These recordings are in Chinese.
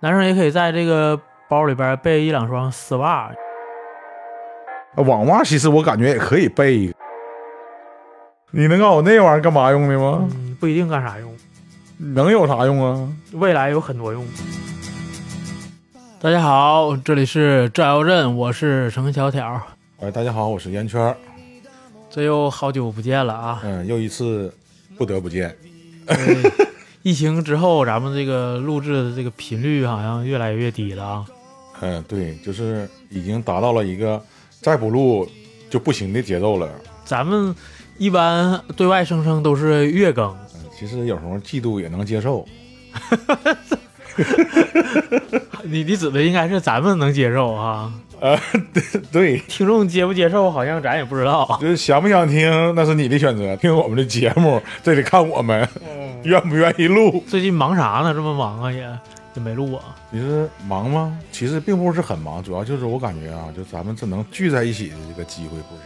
男生也可以在这个包里边备一两双丝袜。网袜其实我感觉也可以备一个。你能告诉我那玩意儿干嘛用的吗？嗯，不一定干啥用，能有啥用啊？未来有很多用。大家好，这里是战妖阵，我是程小条，哎，大家好，我是烟圈儿，这又好久不见了啊！嗯，又一次不得不见，对疫情之后，咱们这个录制的这个频率好像越来越低了啊。嗯，对，就是已经达到了一个再不录就不行的节奏了。咱们一般对外声称都是月更，嗯，其实有时候嫉妒也能接受，你你指的应该是咱们能接受啊，对，听众接不接受好像咱也不知道。就是想不想听那是你的选择，听我们的节目，这得看我们愿不愿意录。最近忙啥呢？这么忙啊也也没录啊。你是忙吗？其实并不是很忙，主要就是我感觉啊，就咱们这能聚在一起的这个机会不是。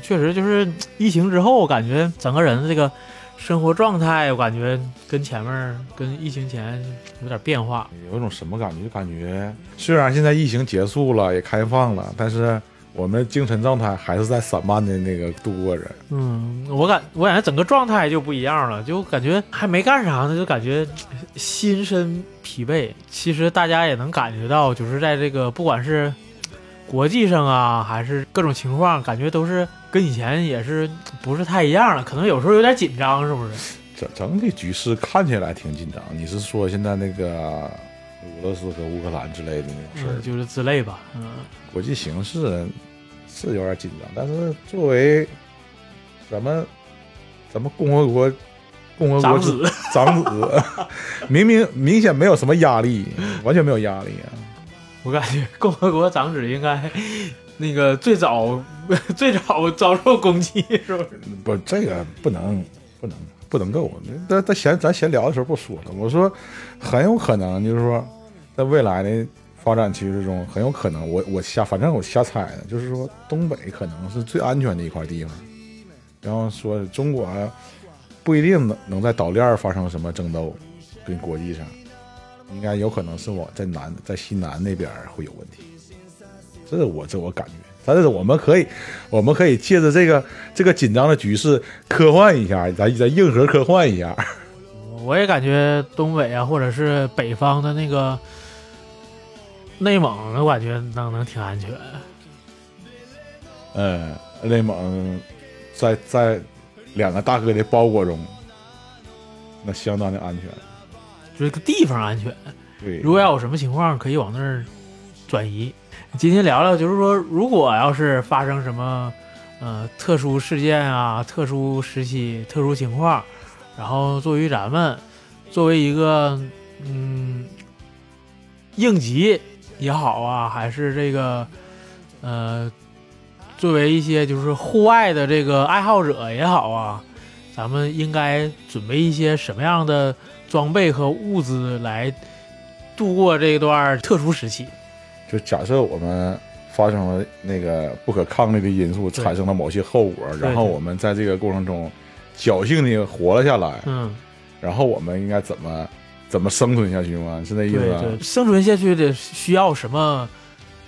确实就是嗯疫情之后，感觉整个人的这个生活状态，我感觉跟前面儿跟疫情前有点变化。有一种什么感觉？就感觉虽然现在疫情结束了，也开放了，但是我们精神状态还是在散漫的那个度过着。嗯，我感我感觉整个状态就不一样了，就感觉还没干啥呢，就感觉呃心身疲惫。其实大家也能感觉到，就是在这个不管是呃国际上啊，还是各种情况，感觉都是跟以前也是呃不是太一样了，可能有时候有点紧张，是不是？整整体局势看起来挺紧张。你是说现在那个俄罗斯和乌克兰之类的那种事儿嗯，？就是之类吧。嗯，国际形势是有点紧张，但是作为咱们咱们共和国共和国长之子。长子， 明明明显没有什么压力，完全没有压力啊！我感觉共和国长子应该那个最早 最早遭受攻击，是不是？不，这个不能不能不能够。咱咱闲咱闲聊的时候不说了，我说很有可能就是说，在未来的发展趋势中，很有可能我我瞎反正我瞎猜的，就是说东北可能是最安全的一块地方。然后说中国不一定能能在岛链儿发生什么争斗，跟国际上应该有可能是我在南在西南那边儿会有问题。这是我这我感觉，但是我们可以我们可以借着这个这个紧张的局势科幻一下，咱咱硬核科幻一下。 我也感觉东北啊，或者是北方的那个内蒙，我感觉能能挺安全。嗯，内蒙在在两个大哥的包裹中，那相当的安全。就是个地方安全，对，如果要有什么情况，可以往那儿转移。今天聊聊，就是说，如果要是发生什么呃特殊事件啊、特殊时期、特殊情况，然后作为咱们作为一个嗯应急也好啊，还是这个呃作为一些就是户外的这个爱好者也好啊，咱们应该准备一些什么样的装备和物资来度过这段特殊时期？就假设我们发生了那个不可抗力的因素，对产生了某些后果，然后对我们在这个过程中侥幸的活了下来，嗯，然后我们应该怎么怎么生存下去吗？是那意对思吧？对，生存下去得需要什么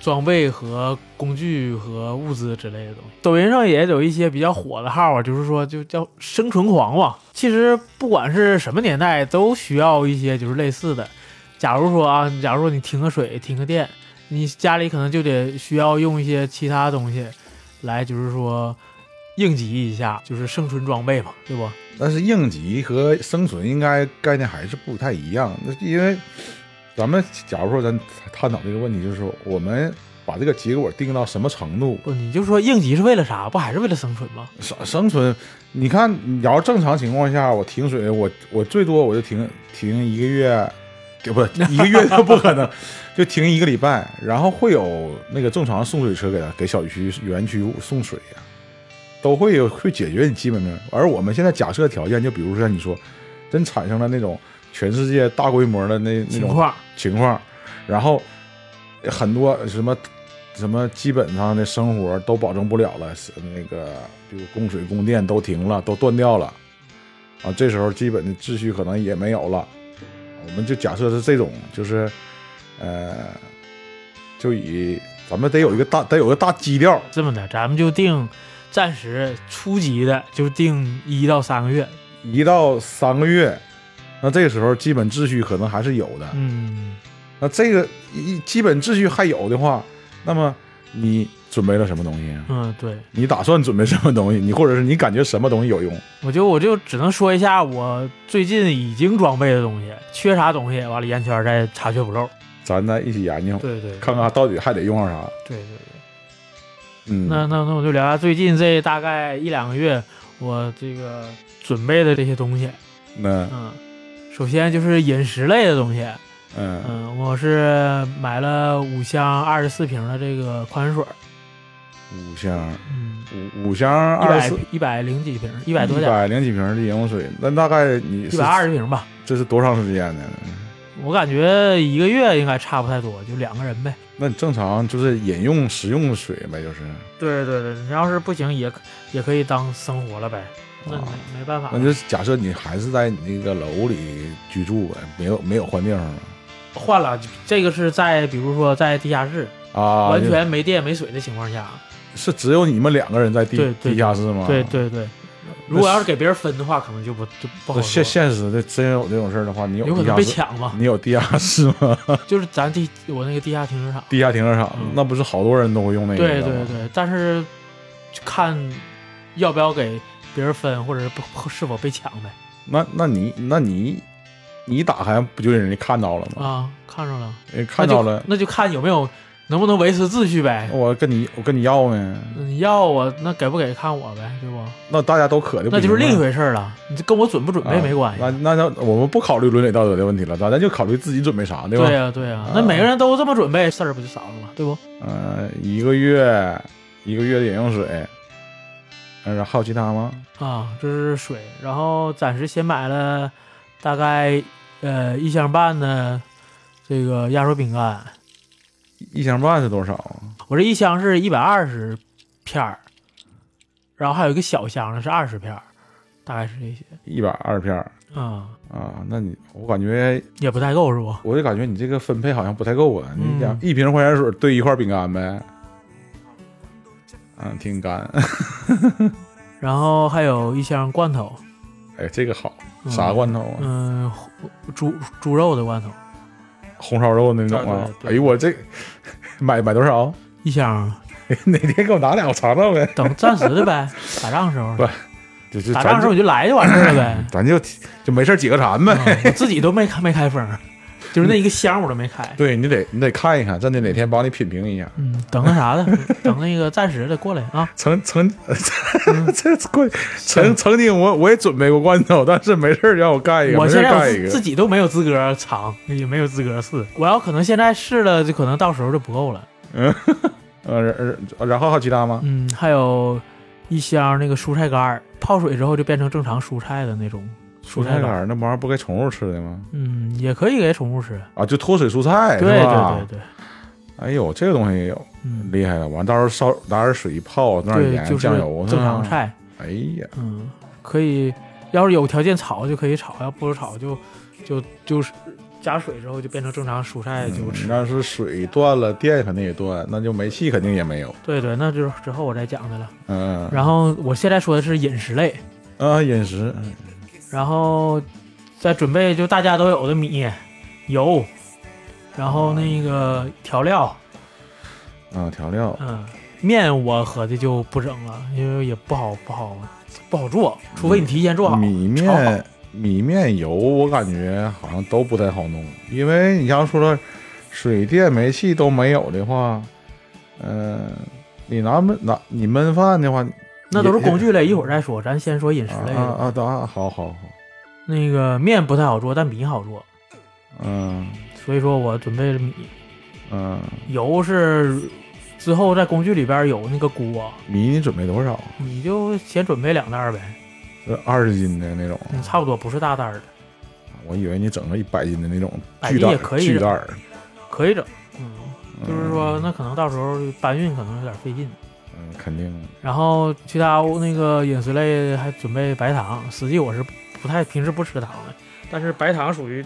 装备和工具和物资之类的东西。抖音上也有一些比较火的号啊，就是说就叫生存狂嘛。其实不管是什么年代，都需要一些就是类似的。假如说啊，假如说你停个水、停个电，你家里可能就得需要用一些其他东西来，就是说应急一下，就是生存装备嘛，对不？但是应急和生存应该概念还是不太一样。那因为咱们假如说咱探讨这个问题，就是说我们把这个结果定到什么程度，不，你就说应急是为了啥？不还是为了生存吗？生生存。你看，你要是正常情况下，我停水，我我最多我就停停一个月，对不，一个月都不可能， 就停一个礼拜。然后会有那个正常送水车给他给小区园区送水呀、都会有会解决你基本的。而我们现在假设条件，就比如说像你说，真产生了那种全世界大规模的那那情种况，情况，然后很多什么什么基本上的生活都保证不了了，是那个比如供水供电都停了，都断掉了，啊，这时候基本的秩序可能也没有了。我们就假设是这种，就是呃，就以咱们得有一个大得有个大基调，这么的，咱们就定暂时初级的，就定一到三个月。一到三个月，那这个时候基本秩序可能还是有的。嗯，那这个一基本秩序还有的话，那么你准备了什么东西啊？嗯，对，你打算准备什么东西？你或者是你感觉什么东西有用？我就我就只能说一下我最近已经装备的东西，缺啥东西，完了研圈再查缺补漏。咱再一起研究，对对对看看到底还得用上啥。对对。嗯，那那那我就聊一下最近这大概一两个月我这个准备的这些东西。那嗯，首先就是饮食类的东西。嗯嗯，我是买了五箱二十四瓶的这个矿泉水儿。五箱嗯，五五箱一二百十一百零几瓶，一百多一点儿，百零几瓶的饮用水，那大概你嗯一是百二十瓶吧。这是多长时间呢？我感觉一个月应该差不太多，就两个人呗。那你正常就是饮用食用水呗，就是，对对对，你要是不行也可也可以当生活了呗，那啊没没办法那。就假设你还是在你那个楼里居住呗，没有没有换地方了换了，这个是在比如说在地下室，啊，完全没电没水的情况下，是只有你们两个人在地对对地下室吗？对对对。如果要是给别人分的话，可能就不就不好那说，现现实的真有这种事儿的话，你有可地能下被室，抢嘛。你有地下室吗？ 就是咱地我那个地下停车场，地下停车场、嗯那不是好多人都会用那个对的对吗？对，但是就看要不要给别人分，或者是不是否被抢呗。那那你那你你打开不就让人家看到了吗？啊，看着了，人哦家看到了，哦那就看有没有能不能维持秩序呗。我跟你我跟你要呢，你要我那给不给看我呗，对不？那大家都渴的不那就是行另一了回事儿了，你这跟我准不准备啊没关系。那那那我们不考虑伦理道德的问题了，咱咱就考虑自己准备啥，对吧？对呀、对呀、啊那每个人都这么准备，事儿不就少了吗？对不？呃，一个月一个月的饮用水，嗯，然后还有其他吗？啊，这是水，然后暂时先买了大概呃一箱半的这个压缩饼干，一箱半是多少啊？我这一箱是一百二十片儿，然后还有一个小箱的是二十片儿，大概是这些一百二十片儿啊、啊？那你我感觉，也不太够是不？我就感觉你这个分配好像不太够啊！嗯你讲一瓶矿泉水兑一块饼干呗，嗯，挺干。 然后还有一箱罐头，哎，这个好，嗯啥罐头啊？嗯、猪猪肉的罐头红烧肉那种啊对对？对哎呦，我这 买买多少？ 一箱，哪天给我拿俩，我尝尝呗。 等暂时的呗，打仗时候不就是打仗咱时候就我就来就完事儿了 呗。咱就就没事儿解个馋呗。 嗯我自己都没开没开封，就是那一个箱我都没开。对你得你得看一看，真的哪天帮你品评一下。嗯，等那啥的，等那个暂时的过来啊。曾曾嗯 这过曾曾经我我也准备过罐头，但是没事儿让我干一个，我没事现儿在我干一自个自。己都没有资格尝，也没有资格试。我要可能现在试了，就可能到时候就不够了。呃，然然然后还有其他吗？嗯，还有一箱那个蔬菜干儿，泡水之后就变成正常蔬菜的那种蔬蔬菜菜干干儿。儿那玩意儿不给宠物吃的吗？嗯，也可以给宠物吃。啊，就脱水蔬菜对对是吧？对对，哎呦，这个东西也有嗯，厉害了，完到时候烧拿点水一泡，弄点对，盐、就是酱油，正常是吧。菜。哎呀，嗯，可以，要是有条件炒就可以炒，要不炒就就就是加水之后就变成正常蔬菜就吃。你要是水断了，电肯定也断，那就煤气肯定也没有。对对，那就是之后我再讲的了。嗯，然后我现在说的是饮食类，啊，饮食，嗯然后再准备就大家都有的米、油，然后那个调料，啊，调料，嗯，面我合计就不整了，因为也不好不好不好做，除非你提前做好。米炒好面、米面油，我感觉好像都不太好弄，因为你像说了，水电煤气都没有的话，嗯、你拿焖拿你焖饭的话，那都是工具类，一会儿再说，咱先说饮食啊类啊的。啊，当然好好好，那个面不太好做，但米好做，嗯所以说我准备了米。嗯，油是之后在工具里边有那个锅，米你准备多少？呃你就先准备两袋儿呗，二十斤的那种，啊嗯，差不多，不是大袋儿的。我以为你整个一百斤的那种百巨斤袋也儿可以巨整袋儿，可以整，嗯，就是说那可能到时候搬运可能有点费劲。嗯，肯定然后其他那个饮食类还准备白糖，实际我是不太平时不吃糖的，但是白糖属于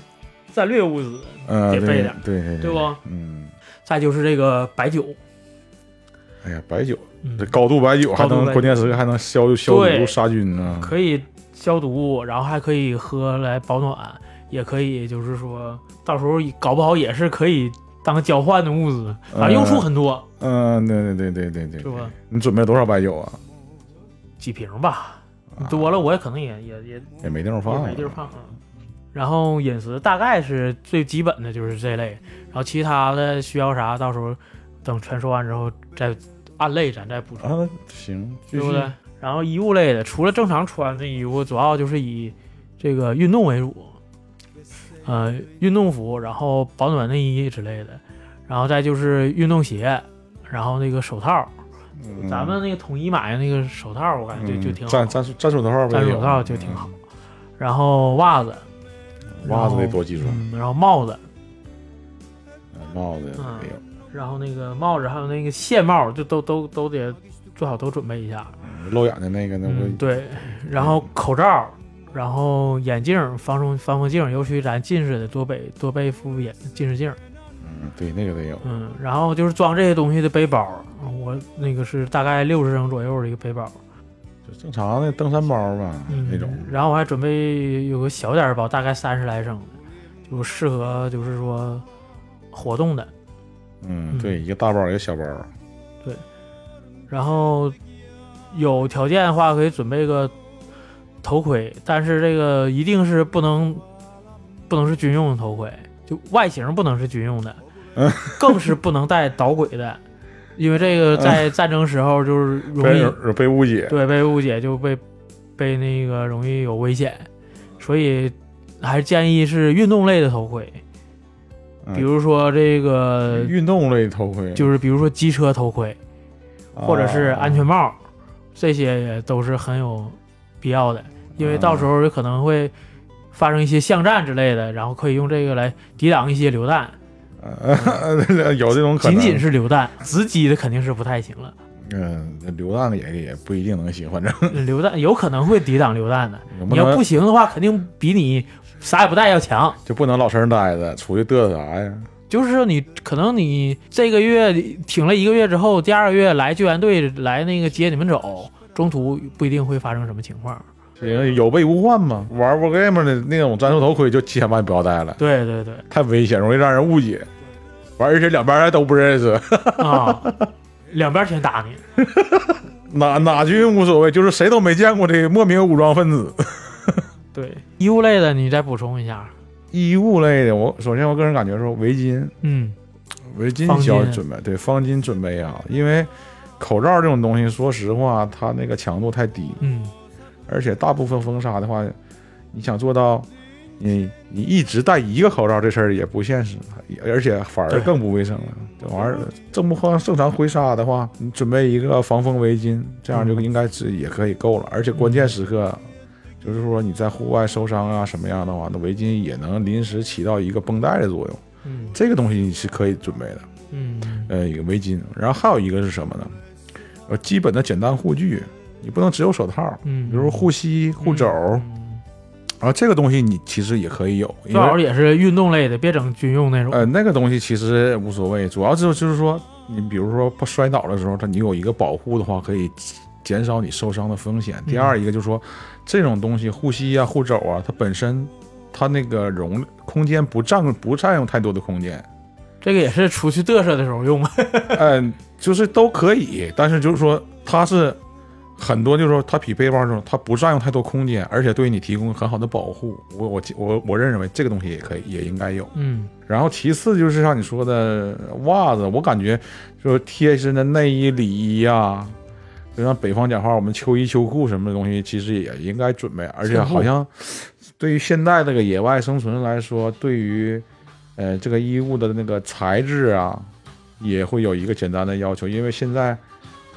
战略物资，呃，得备对点儿对对对不？嗯，再就是这个白酒，哎呀，白酒，嗯这，高度白酒还高度能白关键时刻还能消消毒对杀菌呢，可以消毒，然后还可以喝来保暖，也可以就是说到时候搞不好也是可以当交换的物资，反正用处很多，嗯，对对对对对是对，吧？你准备了多少白酒啊？几瓶吧，啊多了我也可能也也也也没地方放也了，没地儿放。嗯然后饮食大概是最基本的就是这类，然后其他的需要啥，到时候等全说完之后再按类咱再补充。啊，行，继对续不对？然后衣物类的，除了正常穿的衣服，主要就是以这个运动为主，呃，运动服，然后保暖内衣之类的，然后再就是运动鞋，然后那个手套，嗯咱们那个统一买的那个手套，我感觉就就嗯挺好，战战术战术头儿呗，啊战术头儿就挺好然后袜子，嗯，袜子得多系然穿后，嗯，然后帽子，帽子也嗯没有，然后那个帽子，还有那个线帽，就都都都得最好都准备一下，露眼的那个那不嗯，对，然后口罩，然后眼镜、防风防风镜，尤其咱近视的多备多备副眼近视镜。嗯，对，那个得有，嗯，然后就是装这些东西的背包，嗯我那个是大概六十升左右的一个背包，就正常的登山包吧，嗯，那种，然后我还准备有个小点儿的包，大概三十来升的，就适合就是说活动的。嗯，嗯对，一个大包，一个小包，然后有条件的话可以准备个头盔，但是这个一定是不能不能是军用的头盔，就外形不能是军用的嗯，更是不能带导轨的， 因为这个在战争时候就是容易嗯被被误解，对被误解就被被那个容易有危险，所以还是建议是运动类的头盔，嗯比如说这个运动类头盔，呃就是比如说机车头盔。或者是啊安全帽，这些也都是很有必要的，因为到时候有可能会发生一些巷战之类的，然后可以用这个来抵挡一些榴弹， 呃，有这种可仅能。仅是榴弹，直击的肯定是不太行了，嗯，流浪也也不一定能行，反 正榴弹有可能会抵挡榴弹的，能你要嗯能不行的话，肯定比你啥也不带要强。就不能老实人待着，出去嘚瑟啥呀？就是说你可能你这个月挺了一个月之后，第二个月来救援队来那个接你们走，中途不一定会发生什么情况。人有备无患嘛。玩 war game 的那种战术头盔就千万不要戴了，对对对，太危险，容易让人误解。完，而且两边还都不认识，啊、两边全打你。哪哪军无所谓，就是谁都没见过的莫名武装分子。对，衣物类的你再补充一下。衣物类的，我首先我个人感觉说围巾，嗯，围巾方需要巾准备，对，方巾准备啊，因为口罩这种东西，说实话，它那个强度太低，嗯，而且大部分封杀的话，你想做到你你一直戴一个口罩这事儿也不现实，而且反而对更不卫生了。这玩意儿正不光正常挥杀的话，你准备一个防风围巾，这样就应该是也可以够了。而且关键时刻，就是说你在户外受伤啊什么样的话，那围巾也能临时起到一个绷带的作用。嗯这个东西你是可以准备的，嗯呃，一个围巾。然后还有一个是什么呢？呃，基本的简单护具，你不能只有手套。嗯，比如说护膝、护肘，嗯然后这个东西你其实也可以有，因最好为也是运动类的，别整军用那种。呃那个东西其实无所谓，主要就就是说你比如说不摔倒的时候，它你有一个保护的话，可以减少你受伤的风险。嗯第二一个就是说，这种东西护膝啊、护肘啊，它本身它那个容空间不占不占用太多的空间，这个也是出去嘚瑟的时候用啊。 嗯，就是都可以，但是就是说它是很多，就是说它比背包这种，它不占用太多空间，而且对你提供很好的保护。我我我我认为这个东西也可以，也应该有。嗯然后其次就是像你说的袜子，我感觉就是贴身的内衣、里衣呀、就像北方讲话，我们秋衣秋裤什么的东西，其实也应该准备。而且好像对于现在这个野外生存来说，对于呃这个衣物的那个材质啊，也会有一个简单的要求，因为现在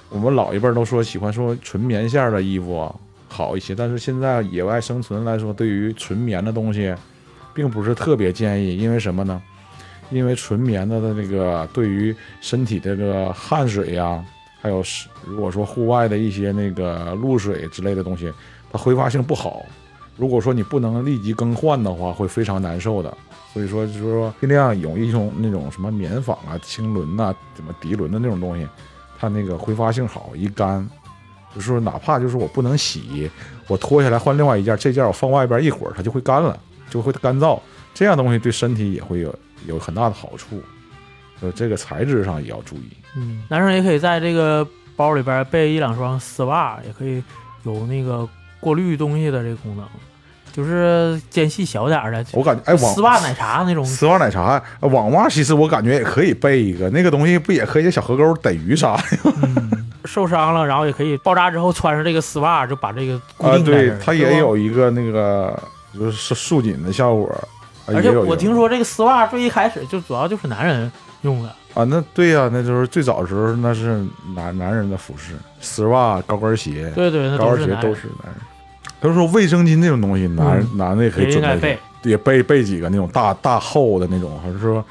我们老一辈儿都说喜欢说纯棉线儿的衣服啊好一些，但是现在野外生存来说，对于纯棉的东西，并不是特别建议，因为什么呢？因为纯棉的的那个对于身体这个汗水呀、还有是如果说户外的一些那个露水之类的东西，它挥发性不好。如果说你不能立即更换的话，会非常难受的。所以说就是说尽量有一种那种什么棉纺啊、青纶呐、什么涤纶的那种东西，它那个挥发性好，一干，就是说哪怕就是我不能洗，我脱下来换另外一件，这件我放外边一会儿它就会干了，就会干燥，这样东西对身体也会有有很大的好处，呃，这个材质上也要注意。嗯，男生也可以在这个包里边备一两双丝袜，也可以有那个过滤东西的这个功能，就是间隙小点儿的，我感觉哎，网丝袜奶茶那种。丝袜奶茶、呃网袜，其实我感觉也可以备一个，那个东西不也可以在小河沟逮鱼啥的？嗯，受伤了，然后也可以爆炸之后穿上这个丝袜，就把这个固啊，定在这对儿、，它是吧也。有一个那个就是束紧的效果。啊而也且有一我个听说这个丝袜最一开始就主要就是男人用的，啊，那对呀、那就是最早的时候那是男男人的服饰，丝袜、高跟鞋、对对，那高都跟是鞋男都人，嗯是男人。他说卫生巾这种东西，男、男的也可以也应准该备备也备备几个那种大大厚的那种，还是说，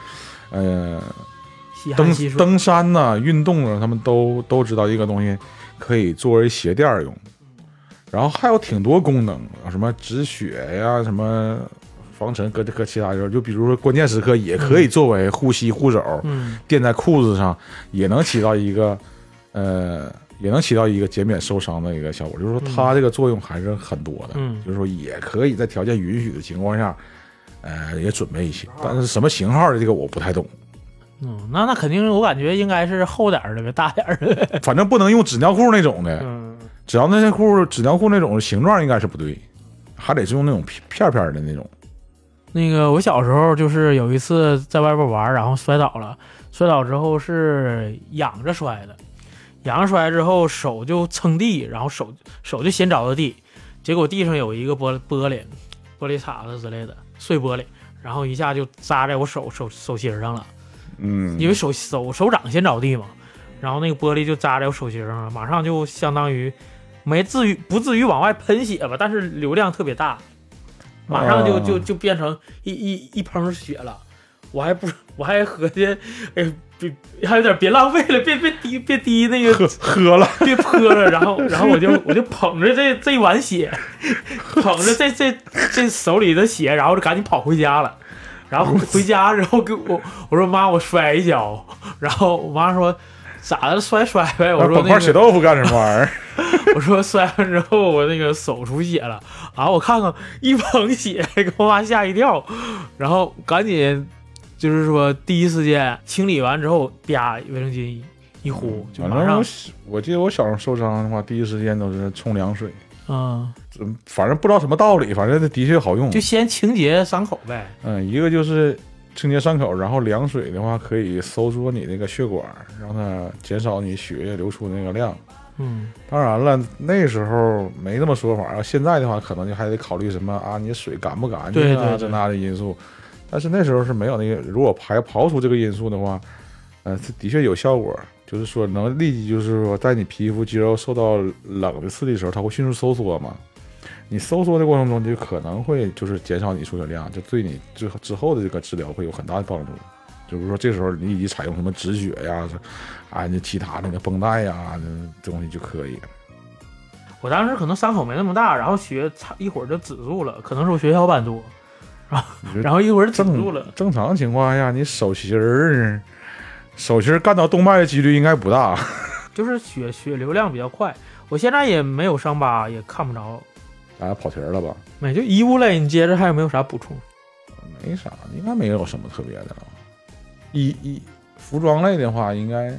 呃，吸汗登吸水。登山呐、运动啊，他们都都知道一个东西可以作为鞋垫儿用，然后还有挺多功能，什么止血呀、什么防尘，搁这搁其他地方，就比如说关键时刻也可以作为护膝、护手，嗯，垫在裤子上，也能起到一个，呃，也能起到一个减免受伤的一个效果。就是说，它这个作用还是很多的。嗯就是说，也可以在条件允许的情况下，呃，也准备一些。但是什么型号的这个我不太懂，嗯，那那肯定，我感觉应该是厚点儿的呗，大点儿的呗。反正不能用纸尿裤那种的。嗯，只要那些裤纸尿裤那种形状应该是不对，还得是用那种片片片的那种。那个我小时候就是有一次在外边玩儿，然后摔倒了，摔倒之后是仰着摔的，仰着摔之后手就撑地，然后手手就先着的地，结果地上有一个玻玻璃玻璃碴子之类的碎玻璃，然后一下就扎在我手手手心儿上了。嗯因为手手手掌先着地嘛，然后那个玻璃就扎在我手心上了，马上就相当于没至于不至于往外喷血吧，但是流量特别大，马上就哦就就变成一一一盆血了，我还不我还合计，哎呀，别还有点别浪费了，别别滴别滴那个喝喝了，别泼了，然后然后我就我就捧着这这碗血，捧着这这这手里的血，然后就赶紧跑回家了。然后回家，然后给我我说妈，我摔一跤，然后我妈说咋的摔摔呗，我说捧那块血个豆腐干什 么玩意儿？我说摔完之后我那个手出血了啊，我看看一捧血，给我妈吓一跳，然后赶紧就是说第一时间清理完之后，啪卫生巾一糊，就反马正上我小我记得我小时候受伤的话，第一时间都是冲凉水。嗯。嗯反正不知道什么道理，反正它的确好用就。先清洁伤口呗。嗯，一个就是清洁伤口，然后凉水的话可以收缩你那个血管，让它减少你血液流出的那个量。嗯，当然了，那时候没那么说法，要现在的话，可能就还得考虑什么啊，你水干不干净对啊，对对这那的因素。但是那时候是没有那个，如果排刨除这个因素的话，呃，它的确有效果，就是说能立即就是说在你皮肤肌肉受到冷的刺激的时候，它会迅速收缩嘛。你收缩的过程中，就可能会就是减少你出血量，就对你之后之后的这个治疗会有很大的帮助。就是说这时候你以及采用什么止血呀，啊，那其他那个绷带呀，那东西就可以。我当时可能伤口没那么大，然后血擦一会儿就止住了，可能是我血小板多，然后你说然后一会儿止正住了。正常情况下，你手心儿手心儿干到动脉的几率应该不大。 就是血血流量比较快。我现在也没有伤疤，也看不着。啊，跑题儿了吧？没，就医务类，你接着还有没有啥补充？没啥，应该没有什么特别的了。一一服装类的话，应该，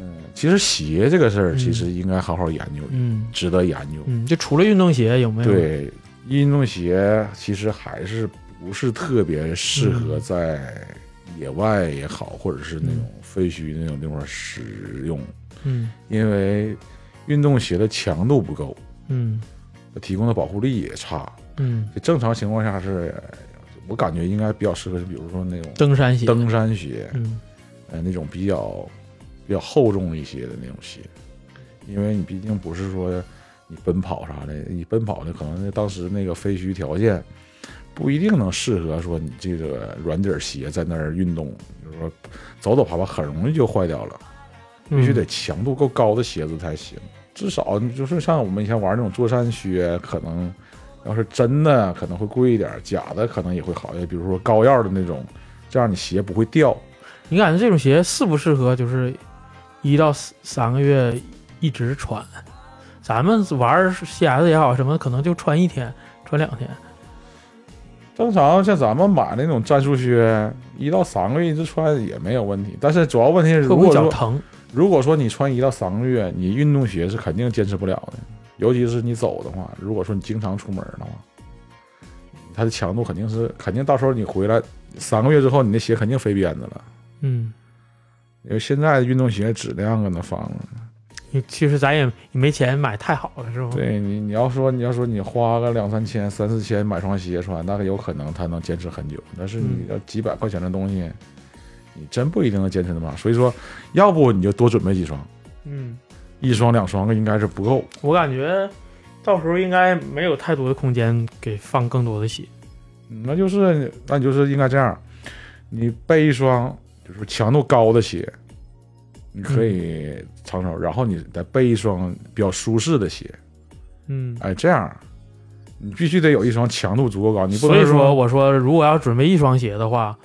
嗯，其实鞋这个事儿，嗯其实应该好好研究，嗯值得研究。嗯，就除了运动鞋有没有？，对，运动鞋其实还是不是特别适嗯合在野外也好，或者是那种废墟那种地方使用，嗯因为运动鞋的强度不够，嗯提供的保护力也差。嗯，就正常情况下是，我感觉应该比较适合，比如说那种登山鞋。登山鞋，嗯呃，那种比较比较厚重一些的那种鞋，因为你毕竟不是说你奔跑啥的，你奔跑的可能当时那个废墟条件不一定能适合说你这个软底儿鞋在那儿运动，就是说走走爬爬很容易就坏掉了，必嗯须得强度够高的鞋子才行。至少你就是像我们以前玩那种座山靴，可能要是真的可能会贵一点，假的可能也会好一点，比如说膏药的那种，这样你鞋不会掉。你感觉这种鞋适不适合就是一到三三个月一直穿？咱们玩 CS 也好什么，可能就穿一天、穿两天。正常像咱们买那种战术靴，一到三个月一直穿也没有问题。但是主要问题是，会如不会果脚说疼？如果说你穿一到三个月，你运动鞋是肯定坚持不了的，尤其是你走的话，如果说你经常出门的话，它的强度肯定是肯定到时候你回来三个月之后，你那鞋肯定飞鞭子了。嗯，因为现在的运动鞋质量搁那放着，你其实咱也也没钱买太好了，是不？对你你要说你要说你花个两三千、三四千买双鞋穿，那个有可能它能坚持很久，但是你嗯要几百块钱的东西，你真不一定能坚持那么长。所以说，要不你就多准备几双，嗯，一双两双应该是不够。我感觉到时候应该没有太多的空间给放更多的鞋。嗯那就是，那你就是应该这样，你备一双就是强度高的鞋，你可嗯以长手，然后你再备一双比较舒适的鞋。嗯，哎，这样，你必须得有一双强度足够高，你不所以能说我说如果要准备一双鞋的话，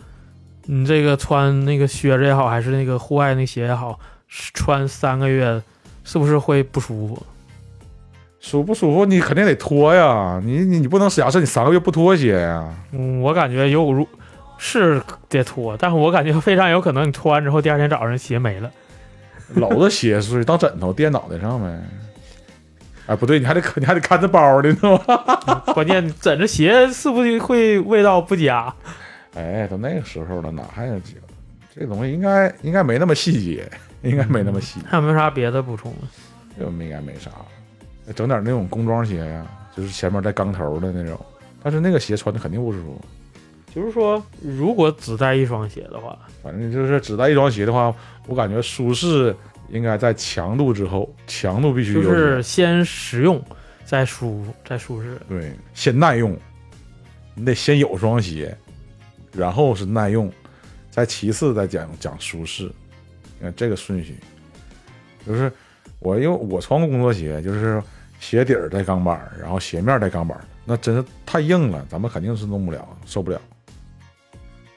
你这个穿那个靴子也好，还是那个户外那鞋也好，穿三个月是不是会不舒服？舒不舒服，你肯定得脱呀，你你你不能假设你三个月不脱鞋呀。嗯，我感觉有如是得脱，但是我感觉非常有可能你脱完之后第二天早上鞋没了。 老子鞋是当枕头垫脑袋上呗。哎，不对，你还得你还得看着包呢，你知道吗？关键枕着鞋是不是会味道不佳？哎，都那个时候了，哪还有这这东西？应该应该没那么细节，应该没那么细，还有没有啥别的补充的？这应该没啥。整点那种工装鞋呀、就是前面带钢头的那种，但是那个鞋穿的肯定不舒服。就是说，如果只带一双鞋的话，反正就是只带一双鞋的话，我感觉舒适应该在强度之后，强度必须就优先是先实用，再舒服，再舒适。对，先耐用，你得先有双鞋，然后是耐用，再其次再讲讲舒适，你看这个顺序，就是我因为我穿过工作鞋，就是鞋底儿带钢板儿，然后鞋面儿带钢板儿，那真是太硬了，咱们肯定是弄不了，受不了。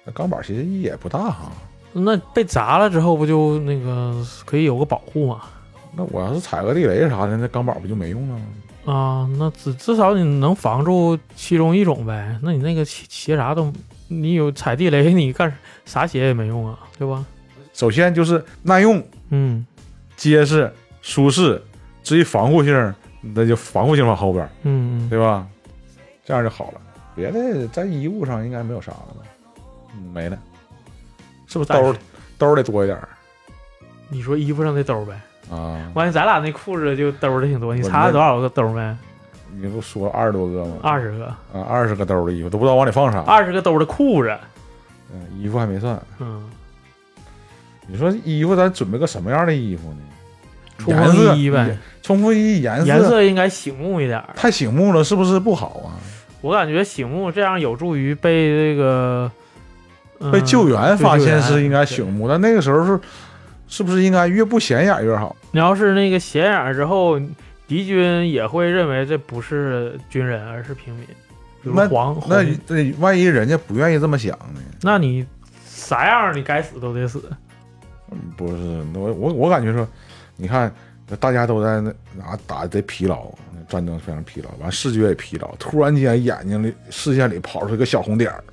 那钢板儿其实意义也不大哈，那被砸了之后，不就那个可以有个保护嘛？那我要是踩个地雷啥的，那钢板儿不就没用了吗？啊，那至至少你能防住其中一种呗。那你那个鞋鞋啥都，你有踩地雷，你干啥鞋也没用啊，对吧？首先就是耐用，嗯结实、舒适，至于防护性儿，那就防护性往后边儿，嗯嗯，对吧？这样就好了。别的在衣物上应该没有啥了吧？嗯没了，是不是兜暂儿兜儿得多一点儿你说衣服上的兜呗，啊？关键咱俩那裤子就兜儿的挺多，你我查了那多少个兜儿没？你不说了二十多个吗？二十个，啊，二十个兜儿的衣服都不知道往里放啥。二十个兜儿的裤子，嗯，衣服还没算。嗯，你说衣服咱准备个什么样的衣服呢？冲颜色锋衣呗，，冲锋衣颜颜色应该醒目一点儿。太醒目了，是不是不好啊？我感觉醒目这样有助于被这个、嗯被救援发现是应该对醒目，但那个时候是是不是应该越不显眼越好？你要是那个显眼儿之后，敌军也会认为这不是军人，而是平民。比如那黄那红那万一人家不愿意这么想呢？那你啥样儿你该死都得死。嗯不是，我我我感觉说，你看大家都在那啊打得疲劳，战争非常疲劳，完视觉也疲劳，突然间眼睛里视线里跑出一个小红点儿，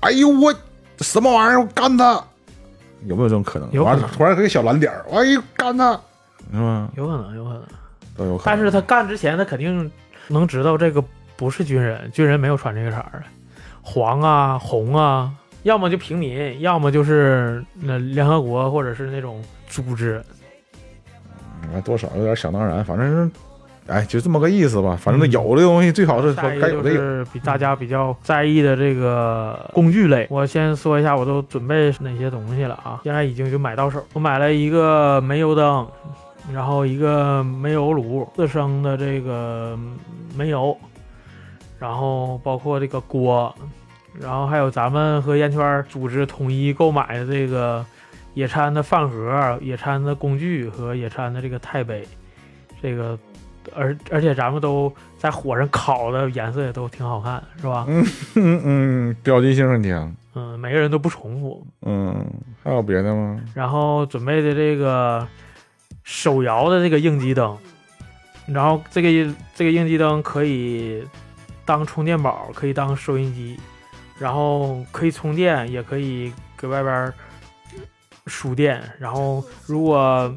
哎呦我什么玩意儿，我干他！有没有这种可能？有可完能了突然一个小蓝点儿，哎呦干他，是吧？有可能，有可能。都有可能。但是他干之前，他肯定能知道这个不是军人，军人没有穿这个色儿的，黄啊、红啊，要么就平民，要么就是那联合国或者是那种组织。哎，多少有点想当然，反正是，哎，就这么个意思吧。反正有的东西最好是嗯下一该个就有的有。 嗯是比大家比较在意的这个工具类，我先说一下我都准备哪些东西了啊。现在已经就买到手，我买了一个煤油灯，然后一个煤油炉，四升的这个煤油，然后包括这个锅，然后还有咱们和烟圈组织统一购买的这个野餐的饭盒、野餐的工具和野餐的这个钛杯，这个而而且咱们都在火上烤的颜色也都挺好看，是吧？嗯嗯，标记性很强。嗯，每个人都不重复。嗯，还有别的吗？然后准备的这个手摇的这个应急灯，然后这个这个应急灯可以当充电宝，可以当收音机，然后可以充电，也可以搁外边儿输电。然后如果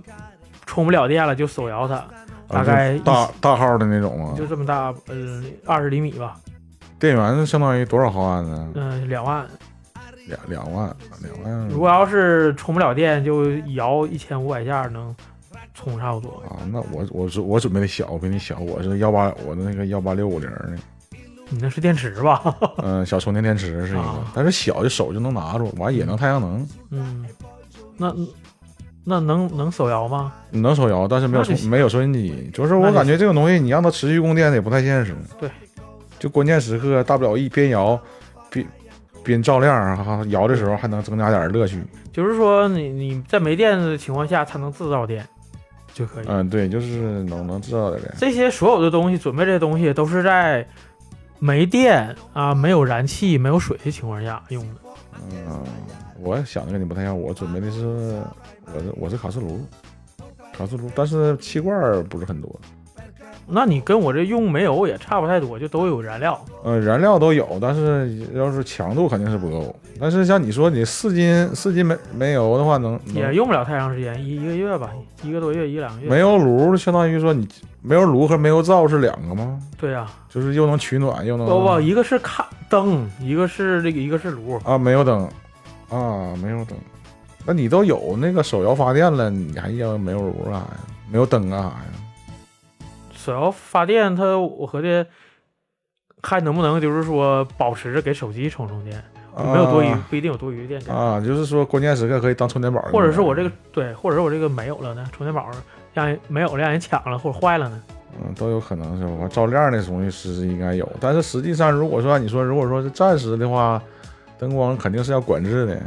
充不了电了，就手摇它，大啊概就大大号的那种啊吗？就这么大，嗯、呃，二十厘米吧，电源相当于多少毫安呢？嗯、两万。两两万，两万。啊如果要是充不了电，就摇一千五百下能充差不 多。啊，那我我准我准备的小，我比你小，我是幺八，我的那个幺八六五零的，你那是电池吧？ 嗯，小充电电池是一个啊，但是小就手就能拿住，完也能太阳能，嗯，那那能能手摇吗？你能手摇，但是没有那就充行没有收音机，就是那我就感觉这种东西你让它持续供电也不太现实。对，就关键时刻，大不了一边摇边边照亮，哈，摇的时候还能增加点乐趣。就是说你你在没电的情况下才能制造电就可以。嗯，对，就是能能知道点点。这些所有的东西，准备这些东西都是在没电啊、没有燃气、没有水的情况下用的。嗯，我想的跟你不太一样，我准备的是我是我是卡式炉，卡式炉，但是气罐儿不是很多，那你跟我这用煤油也差不太多，就都有燃料。呃，燃料都有，但是要是强度肯定是不够。但是像你说你四斤四斤煤煤油的话能，能也用不了太长时间，一一个月吧，一个多月，一两个月。煤油炉相当于说你煤油炉和煤油灶是两个吗？对啊呀、就是又能取暖又能不不，哦一个是看灯，一个是这个，一个是炉。啊，煤油灯啊，煤油灯。那你都有那个手摇发电了，你还要煤油炉干啥呀？煤油灯干啥呀？手摇发电它，我合计还能不能就是说保持着给手机充充电，没有多余，不一定有多余的电给它，啊，就是说关键时刻可以当充电宝，或者是我这个对，或者是我这个没有了呢，充电宝让人没有了让人抢了或者坏了呢，嗯都有可能是吧？照亮那东西是应该有，但是实际上如果说按你说，如果说是暂时的话，灯光肯定是要管制的，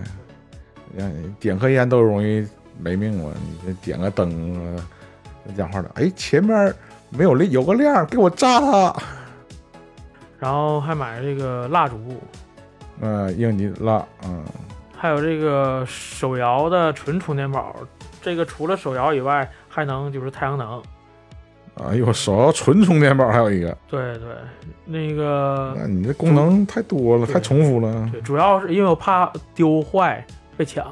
让你点颗烟都容易没命啊，你这点个灯啊，这讲话的，哎，前面没有亮，有个亮，给我炸它，然后还买这个蜡烛，嗯、应急蜡，嗯，还有这个手摇的纯充电宝，这个除了手摇以外还能就是太阳能，哎呦，手摇纯充电宝还有一个，对对，那个那你这功能太多了，对太重复了，对，主要是因为我怕丢坏被抢。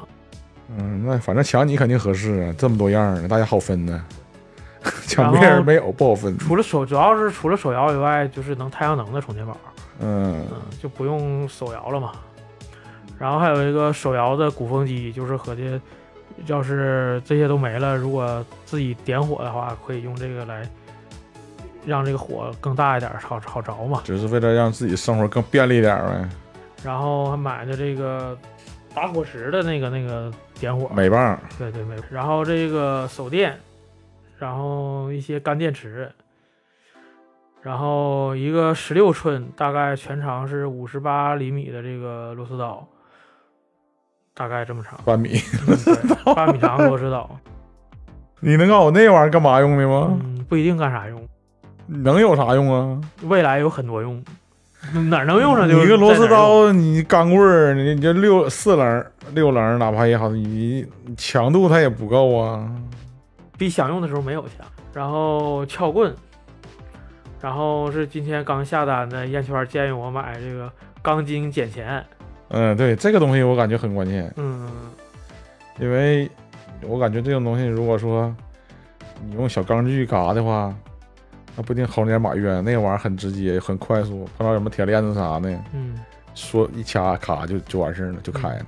嗯，那反正抢你肯定合适啊，这么多样儿呢，大家好分呢。抢然别人后没有不好分，除了手，主要是除了手摇以外，就是能太阳能的充电宝，嗯嗯，就不用手摇了嘛。然后还有一个手摇的鼓风机，就是合计，要是这些都没了，如果自己点火的话，可以用这个来让这个火更大一点，好好着嘛。只是为了让自己生活更便利点儿然后还买的这个打火石的那个那个点火呗。，美棒儿，，对对没。然后这个手电，然后一些干电池，然后一个十六寸，大概全长是五十八厘米的这个螺丝刀，大概这么长半米，嗯对八米长的螺丝 刀，你能告诉我那玩意儿干嘛用的吗？嗯，不一定干啥用，嗯能有啥用啊？未来有很多用，哪儿能用上就你一在个螺哪丝儿用，刀，你钢棍儿，你你这六四棱儿、六棱儿，哪怕也好，你你强度它也不够啊。比想用的时候没有强。然后撬棍，然后是今天刚下单的燕圈建议我买这个钢筋剪钳，嗯，对，这个东西我感觉很关键，嗯。因为我感觉这种东西，如果说你用小钢锯嘎的话，那不一定猴年马月，那玩意儿很直接，很快速，碰到什么铁链子啥的，嗯说一掐咔就就完事儿了，就开了。，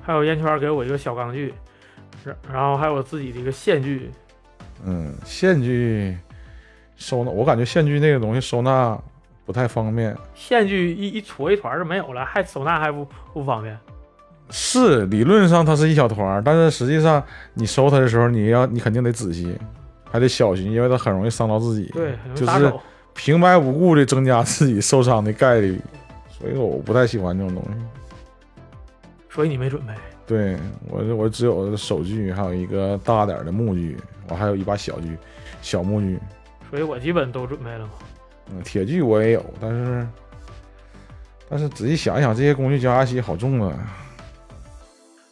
还有烟圈给我一个小钢锯，然然后还有我自己的一个线锯，嗯，线锯收纳，我感觉线锯那个东西收纳不太方便，线锯一一撮一团就没有了，还手拿还不不方便。是理论上它是一小团儿，但是实际上你收它的时候，你要你肯定得仔细，还得小心，因为它很容易伤到自己。对，很容易就打是手。平白无故的增加自己受伤的概率，所以我不太喜欢这种东西。所以你没准备，对我这我只有手锯，还有一个大点儿的木锯，我还有一把小锯，小木锯。所以我基本都准备了嘛。嗯，铁锯我也有，但是但是仔细想一想，这些工具加一起好重啊。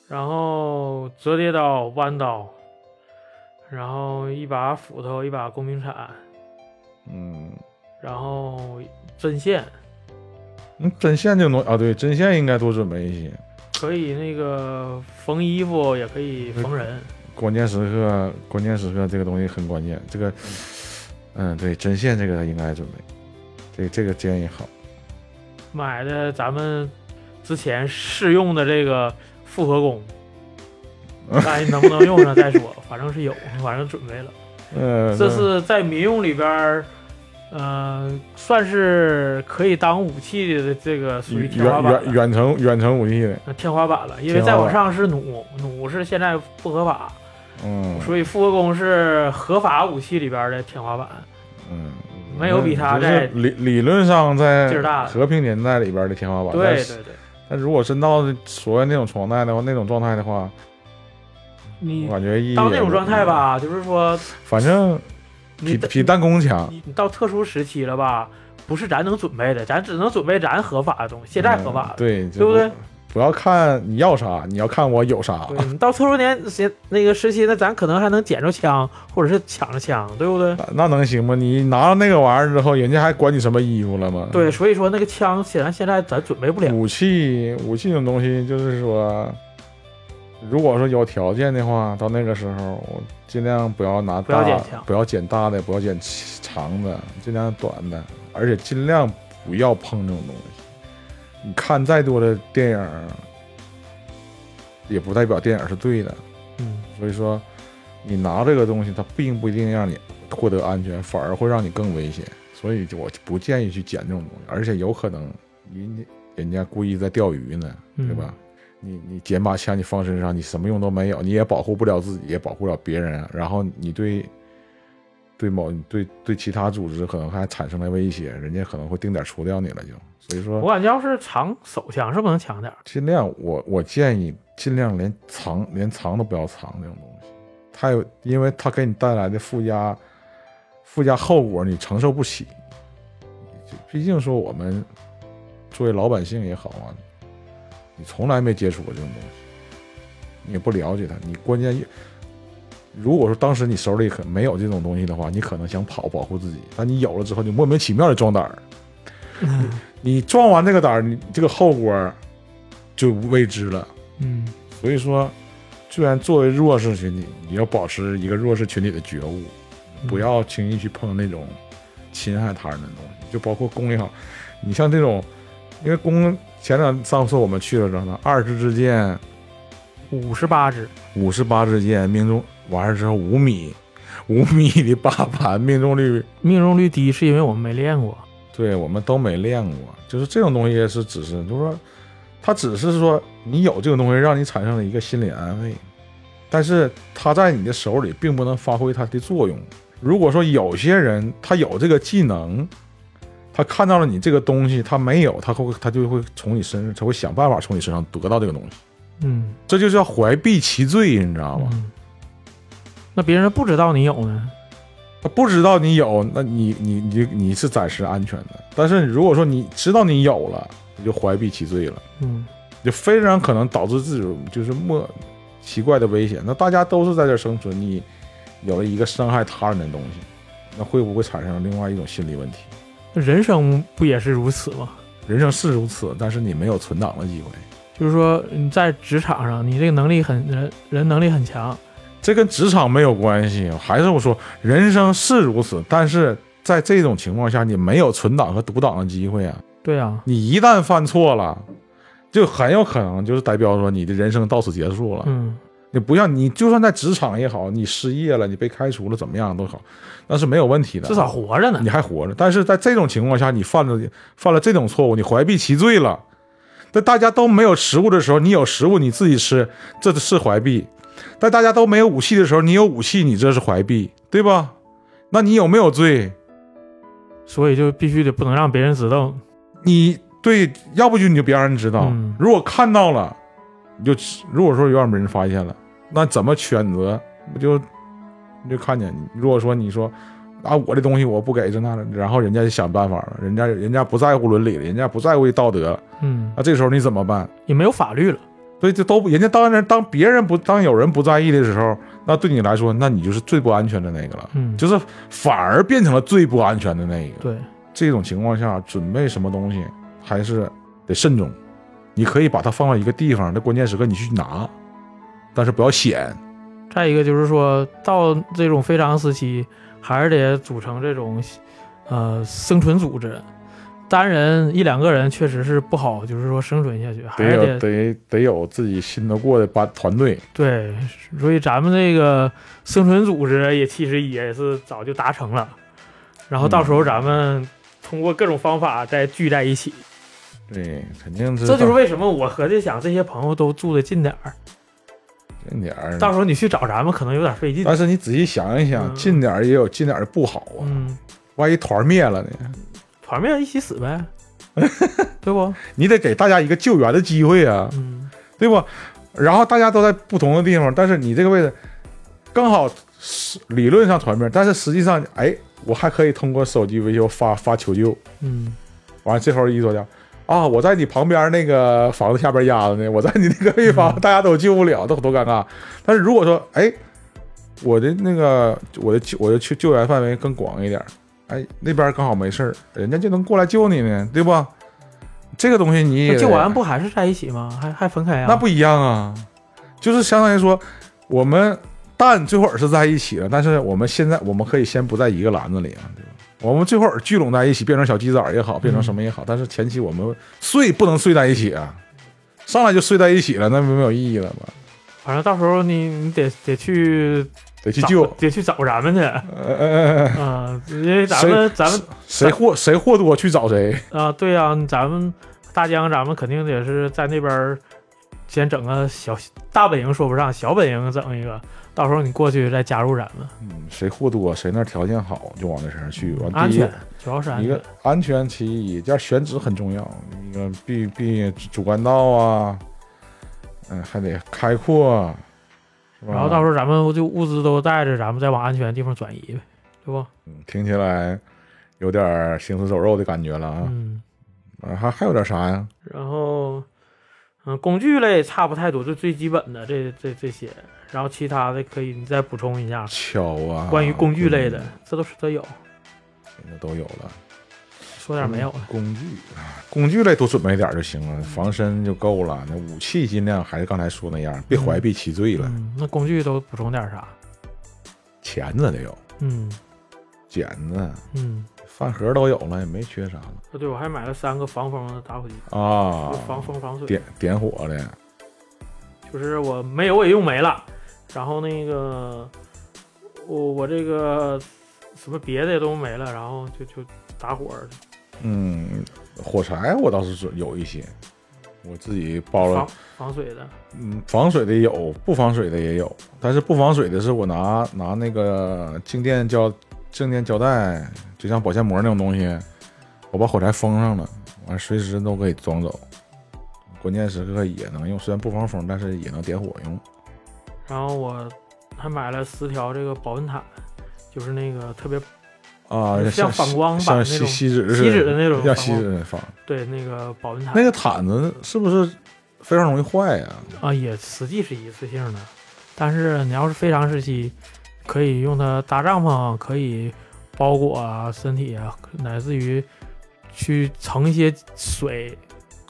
然后折叠刀、弯刀，然后一把斧头、一把工兵铲，嗯，然后针线嗯针线就能啊，对，针线应该多准备一些。可以那个缝衣服，也可以缝呃人。关键时刻，关键时刻这个东西很关键。这个，嗯，对，针线这个应该准备，这这个建议好。买的咱们之前试用的这个复合 弓，看能不能用上再说。反正是有，反正准备了。嗯，这是在民用里边儿，呃，算是可以当武器的这个属于远天花板远了，远程远程武器的，呃天花板了。因为再往上是弩，弩是现在不合法，嗯所以复合弓是合法武器里边的天花板。嗯，没有比它就在是理理论上劲儿大在的和平年代里边的天花板。对但对是，对，但如果真到所谓那种状态的话，那种状态的话，你我感觉意义当那也嗯种不状态吧，就是说反正你比比弹弓强。你到特殊时期了吧，不是咱能准备的，咱只能准备咱合法的东西，现在合法嗯的。对，对不对就？不要看你要啥，你要看我有啥。对你到特殊年时那个时期，那咱可能还能捡着枪，或者是抢着枪，对不对？那那能行吗？你拿了那个玩意儿之后，人家还管你什么衣服了吗？对，，所以说那个枪显然现在咱准备不了。武器武器这种东西，就是说，如果说有条件的话，到那个时候，我尽量不要拿大，不要捡枪不要捡大的，不要捡长的，尽量短的，而且尽量不要碰这种东西。你看再多的电影儿，也不代表电影儿是对的。嗯，所以说，你拿这个东西，它并不一定让你获得安全，反而会让你更危险。所以就我不建议去捡这种东西，而且有可能人家人家故意在钓鱼呢，嗯对吧？你你捡把枪，你放身上，你什么用都没有，你也保护不了自己，也保护不了别人，然后你对。对某对对其他组织可能还产生了威胁，人家可能会定点除掉你了就，所以说我感觉要是藏手枪是不能抢点儿，尽量我我建议尽量连藏连藏都不要藏这种东西，它有因为它给你带来的附加附加后果你承受不起。就毕竟说我们作为老百姓也好啊，你从来没接触过这种东西，你也不了解它，你关键也如果说当时你手里可没有这种东西的话，你可能想跑保护自己，但你有了之后，你莫名其妙的壮胆儿。嗯你壮完这个胆儿，你这个后果就未知了。嗯，所以说，虽然作为弱势群体，你要保持一个弱势群体的觉悟，不要轻易去碰那种侵害他人的东西，就包括弓也好，你像这种，因为弓前两上次我们去了之后呢，二十支箭，五十八支，五十八支箭命中完事之后五米，五米的靶盘命中率命中率低是因为我们没练过。对我们都没练过，就是这种东西是只是，就是说，它只是说你有这个东西，让你产生了一个心理安慰，但是它在你的手里并不能发挥它的作用。如果说有些人他有这个技能，他看到了你这个东西，他没有，他会他就会从你身上，他会想办法从你身上得到这个东西，嗯，这就叫怀璧其罪，你知道吗？嗯那别人不知道你有呢，他不知道你有，那你你你你是暂时安全的，但是如果说你知道你有了，你就怀璧其罪了。嗯，就非常可能导致自己就是莫奇怪的危险。那大家都是在这生存，你有了一个伤害他人的东西，那会不会产生另外一种心理问题？人生不也是如此吗？人生是如此，但是你没有存档的机会，就是说你在职场上，你这个能力很人人能力很强，这跟职场没有关系。还是我说，人生是如此，但是在这种情况下，你没有存档和读档的机会啊！对啊，你一旦犯错了，就很有可能就是代表说你的人生到此结束了。嗯，你不像你，就算在职场也好，你失业了，你被开除了，怎么样都好，那是没有问题的。至少活着呢你。还活着。但是在这种情况下，你犯了犯了这种错误，你怀璧其罪了。在大家都没有食物的时候，你有食物你自己吃，这是怀璧；在大家都没有武器的时候，你有武器，你这是怀璧，对吧？那你有没有罪？所以就必须得不能让别人知道。你对，要不就你就别让人知道。嗯如果看到了，你就如果说要让别人发现了，那怎么选择？不就你就看见你？如果说你说啊，我的东西我不给这那的，然后人家就想办法了，人家人家不在乎伦理了，人家不在乎道德了，嗯，那这时候你怎么办？也没有法律了，对，这都人家当然当别人不当有人不在意的时候，那对你来说，那你就是最不安全的那个了，嗯，就是反而变成了最不安全的那一个。对，这种情况下，准备什么东西还是得慎重。你可以把它放到一个地方，在关键时刻你去拿，但是不要显。再一个就是说到这种非常时期，还是得组成这种呃生存组织。单人一两个人确实是不好，就是说生存下去，还是有得得得有自己信得过的班团队，对。所以咱们这个生存组织也其实也是早就达成了，然后到时候咱们通过各种方法再聚在一起。对，肯定是这就是为什么我合计想这些朋友都住的近点儿，近点儿。到时候你去找咱们可能有点费劲。但是你仔细想一想，嗯近点儿也有近点儿的不好啊，嗯，万一团灭了呢？团灭一起死呗， 对不？你得给大家一个救援的机会啊，嗯，对不？然后大家都在不同的地方，但是你这个位置刚好是理论上团灭，但是实际上，哎，我还可以通过手机维修发发求救。嗯，完了，这会儿一说家啊，我在你旁边那个房子下边压着呢，我在你那个地方，嗯 大家都救不了，都多尴尬。但是如果说，哎，我的那个我的救我的救救援范围更广一点儿，哎，那边刚好没事儿，人家就能过来救你呢，对吧？这个东西你也那得救完不还是在一起吗？还还分开啊？那不一样啊，就是相当于说，我们蛋最后儿是在一起了，但是我们现在我们可以先不在一个篮子里啊，对吧？我们最后儿聚拢在一起，变成小鸡仔儿也嗯好，变成什么也好，但是前期我们睡不能睡在一起啊，上来就睡在一起了，那不没有意义了吗？反正到时候你你得得去得去找救，得去找咱们去啊、呃呃呃呃，因为咱们咱们 谁货谁货多去找谁，啊、对呀、咱们大疆，咱们肯定得是在那边儿先整个小大本营，说不上小本营整一个，到时候你过去再加入咱们，嗯，谁货多谁那儿条件好就往那身上去，完安第一全主要是安一全个。安全其一，第二选址很重要，一个避避主干道啊，嗯、还得开阔啊，是吧？然后到时候咱们就物资都带着，咱们再往安全的地方转移呗，对不？嗯听起来有点儿行尸走肉的感觉了啊，嗯，啊还还有点啥呀？然后嗯，工具类差不太多，就最基本的这这这些，然后其他的可以你再补充一下。锹啊，关于工具类的，这都是都有，工具都有了，说点没有了。嗯工具啊，工具类多准备点儿就行了，防身就够了。那武器尽量还是刚才说那样，别怀璧其罪了。嗯，那工具都补充点啥？钳子得有，嗯剪子、嗯，饭盒都有了，也没缺啥了哦对，我还买了三个防风的打火机，啊就。防风防水，点点火的。就是我没有也用没了。然后那个我我这个什么别的也都没了，然后就就打火儿嗯，火柴我倒是准有一些，我自己包了防，防水的，嗯，防水的也有，不防水的也有，但是不防水的是我拿拿那个静电胶静电胶带，就像保鲜膜那种东西，我把火柴封上了，完随时都可以装走，关键时刻也能用，虽然不防风，但是也能点火用。然后我还买了十条这个保温毯，就是那个特别啊，像反光板像那锡种锡纸似锡纸的那种像反锡光纸的放。对那个保温毯那个毯子是不是非常容易坏呀、啊，也实际是一次性的，但是你要是非常时期，可以用它搭帐篷，可以包裹啊身体啊，乃至于去盛一些水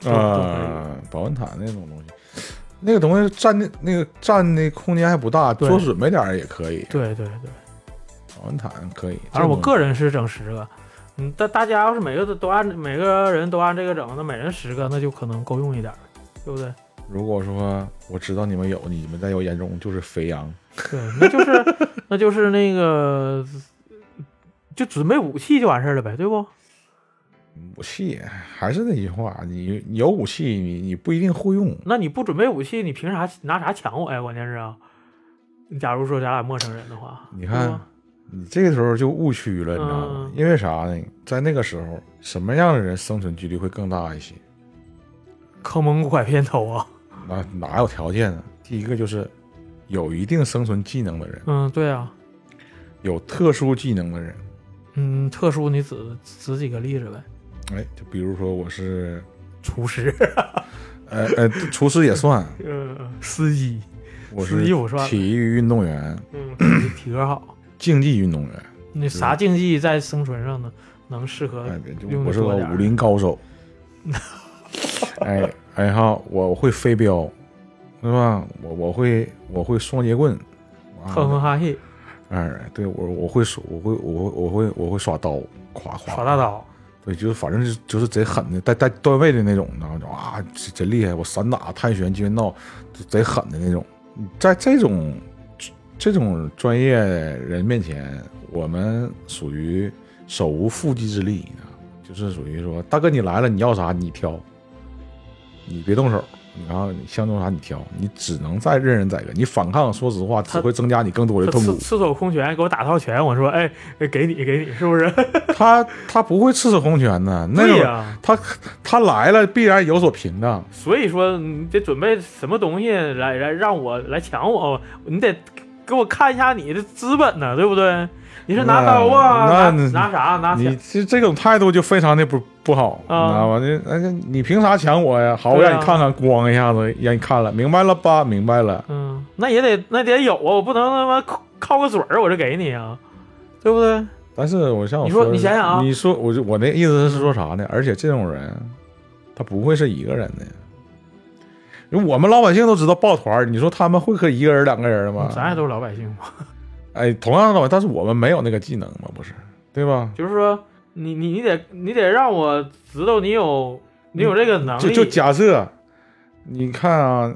都都可以。啊，保温毯那种东西，那个东西占那那个占那空间还不大，对做准备点儿也可以。对对对，保温毯可以。反正我这种个人是整十个。嗯，大大家要是每个都都按每个人都按这个整，那每人十个，那就可能够用一点儿，对不对？如果说我知道你们有，你们在我眼中就是肥羊。对，那就是那就是那个，就准备武器就完事儿了呗，对不？武器还是那句话，你你有武器，你你不一定会用。那你不准备武器，你凭啥拿啥抢我呀？关键是啊，假如说咱俩陌生人的话，你对看吧你这个时候就误区了，你知道吗嗯？因为啥呢？在那个时候，什么样的人生存几率会更大一些？坑蒙拐骗偷 啊，哪哪有条件呢？第一个就是有一定生存技能的人，嗯，对啊，有特殊技能的人，嗯，特殊你指指几个例子呗？哎，就比如说我是，厨师，呃呃，厨师也算， 嗯，司机，我司是机我算了体育运动员、嗯，体体格 好，竞技运动员，那啥竞技在生存上呢，能适合哎，别就呃用得我是多个点儿武林 高手，哎，然后我会飞镖，是吧？我我会我会双截棍，啊哼哼哈嘿，哎，对我我会耍我会我会我会我会耍刀，夸夸耍大，刀，对，就是反正就是就是贼狠的，带带段位的那种，你知道吗？啊，贼贼厉害！我散打、泰拳、截拳道，就贼狠的那种。在这种这种专业人面前，我们属于手无缚鸡之力啊，就是属于说，大哥你来了，你要啥你挑，你别动手，然后你相中啥你挑，你只能再任人宰割。你反抗，说实话，只他会增加你更多的他痛赤苦。赤手空拳给我打套拳，我说哎，给你给你，是不是？他他不会赤手空拳的，那对种、呀、他他来了必然有所凭的。所以说你得准备什么东西来来让我来抢我，你得给我看一下你的资本呢，对不对？你是拿刀啊，拿那那拿啥拿你钱？这这种态度就非常的不不好，你知啊道吧？那那你凭啥抢我呀？好，我对啊让你看看，咣一下子让你看了，明白了吧？明白了。嗯，那也得那得有啊，我不能他妈靠靠个嘴儿我就给你啊，对不对？但是我像我你说的你想想啊你说我就我那意思是说啥呢？而且这种人，他不会是一个人的。因为我们老百姓都知道抱团儿，你说他们会和一个人、两个人吗？咱也都是老百姓嘛，哎，同样的道理，但是我们没有那个技能嘛，不是，对吧？就是说你你你得你得让我知道你有你有这个能力，就就假设，你看啊，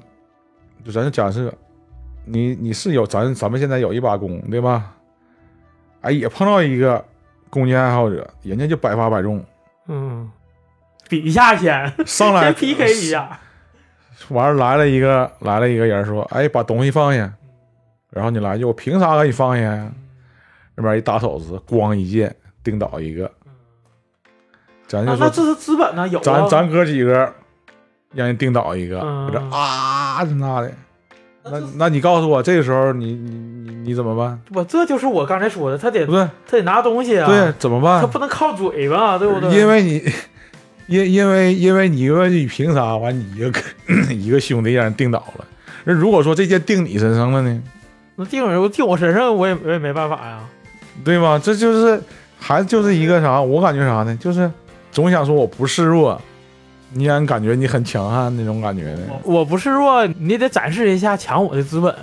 就咱就假设，你你是有咱咱们现在有一把弓，对吧？哎，也碰到一个弓箭爱好者，人家就百发百 中，嗯，比一下先，上来先 PK 一下，完了来了一个来了一个人说，哎，把东西放下，然后你来一句，我凭啥给你放下呀？那边一打手势，咣一箭钉倒一个，咱就嗯啊那说、那这是资本呢，有啊，咱咱哥几个让人盯倒一个，嗯搁这啊这那的，那那这那你告诉我，这个时候你你你你怎么办？我这就是我刚才说的，他得对不对？他得拿东西啊，对，怎么办他？不能靠嘴吧，对不对？因为你，因因为因为你问你凭啥？啊完你一个 一个兄弟让人盯倒了。那如果说这箭定你身上了呢，那定人定我身上，我也我也没办法呀。对吧？这就是还就是一个啥？我感觉啥呢？就是总想说我不示弱，你让人感觉你很强悍那种感觉呢。我不示弱，你也得展示一下抢我的资本。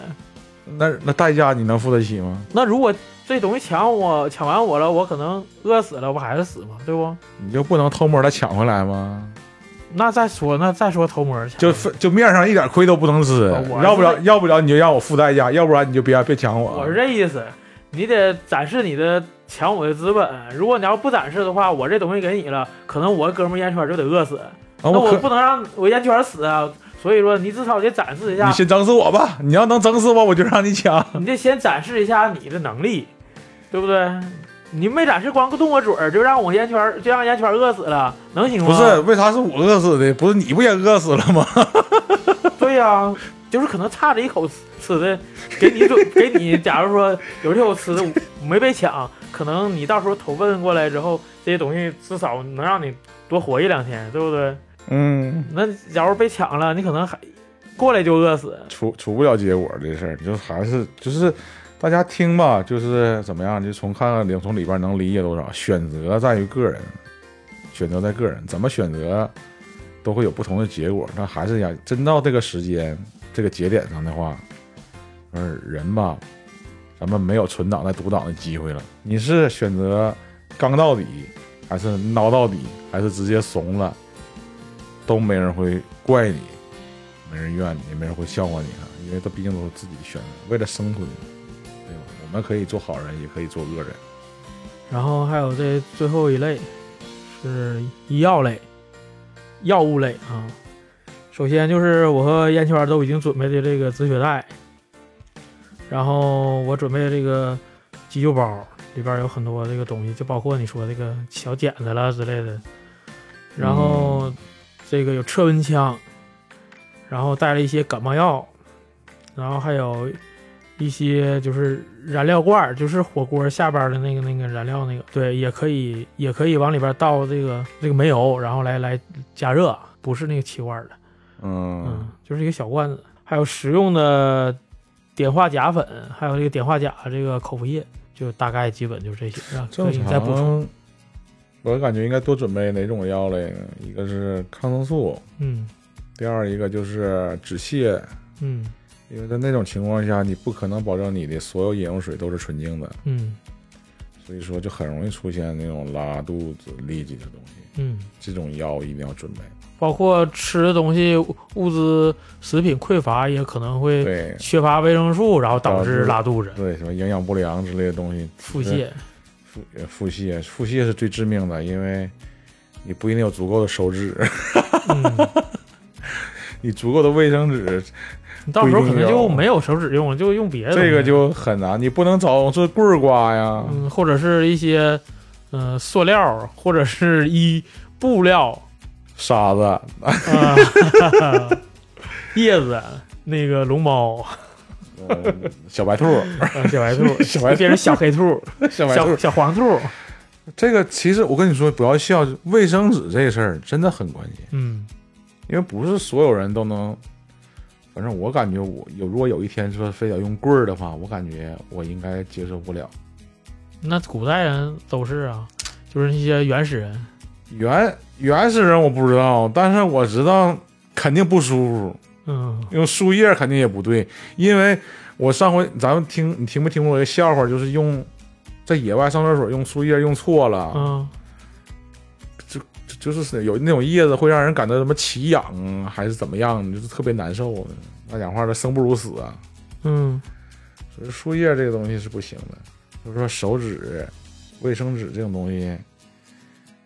那那代价你能付得起吗？那如果这东西抢我抢完我了，我可能饿死了，我不还是死吗？对不？你就不能偷摸儿再抢回来吗？那再说，那再说偷摸儿抢，就就面上一点亏都不能吃啊我，是要不了要不了你就让我付代价，要不然你就别别抢我。啊我是这意思。你得展示你的抢我的资本，如果你要不展示的话，我这东西给你了，可能我哥们儿烟圈就得饿死。啊，那我我可不能让我烟圈死啊，所以说你至少得展示一下你先整死我吧，你要能整死我，我就让你抢。你得先展示一下你的能力，对不对？你没展示，光动我嘴儿就让我烟圈儿，就让烟圈儿饿死了，能行吗？不是，，为啥是我饿死的？不是你不也饿死了吗？ 对呀、就是可能差着一口吃吃的，给你准给你，假如说有这口吃的没被抢，可能你到时候投奔过来之后，这些东西至少能让你多活一两天，对不对？嗯，那假如被抢了，你可能还过来就饿死，处处不了结果这事儿，你就还是就是大家听吧，就是怎么样，就从看看里从里边能理解多少。选择在于个人，选择在个人，怎么选择都会有不同的结果。但还是要真到这个时间这个节点上的话，嗯，人吧，咱们没有存档再独挡的机会了。你是选择刚到底，还是挠到底，还是直接怂了，都没人会怪你。没人怨你，也没人会笑话你了，因为这毕竟都是自己选择，为了生存，对吧？我们可以做好人，也可以做恶人。然后还有这最后一类是医药类、药物类啊。首先就是我和烟圈都已经准备的这个止血带，然后我准备的这个急救包，里边有很多这个东西，就包括你说这个小剪子啦之类的，然后这个有测温枪，然后带了一些感冒药，然后还有一些就是燃料罐儿，就是火锅下边的那个那个燃料那个，对，也可以也可以往里边倒这个这个煤油，然后来来加热，不是那个气罐儿的，嗯嗯，就是一个小罐子，还有食用的碘化钾粉，还有这个碘化钾这个口服液，就大概基本就这些，啊，可正以再补充，常。我感觉应该多准备哪种药类呢？一个是抗生素，嗯第二一个就是止泻，嗯因为在那种情况下，你不可能保证你的所有饮用水都是纯净的，嗯所以说就很容易出现那种拉肚子、痢疾的东西。嗯，这种药一定要准备。包括吃的东西物资食品匮乏，也可能会对缺乏维生素，然后导导致致拉肚子、对，什么营养不良之类的东西，腹泻。腹呃腹泻，腹泻是最致命的，因为你不一定有足够的手纸，嗯， 你足够的卫生纸，你到时候可不一能定有就没有手指用了，就用别的东西。这个就很难，你不能总是棍儿刮呀。嗯，或者是一些嗯、呃塑料，或者是一布料沙子，啊、 叶子、那个龙猫、呃小白兔，、呃小白兔 小白兔变成小黑兔、小白小兔，小黄兔。这个其实我跟你说，不要笑，卫生纸这事儿真的很关键，嗯因为不是所有人都能。反正我感觉我，有如果有一天说非得用棍儿的话，我感觉我应该接受不了。那古代人都是啊，就是那些原始人。原原始人我不知道，但是我知道肯定不舒服，嗯用树叶肯定也不对，因为我上回咱们听你听没听过一个笑话，就是用在野外上厕所用树叶用错了，嗯就就是有那种叶子会让人感到什么奇痒啊还是怎么样，就是特别难受。那讲话的生不如死啊，嗯所以树叶这个东西是不行的，就是说手指、卫生纸这种东西，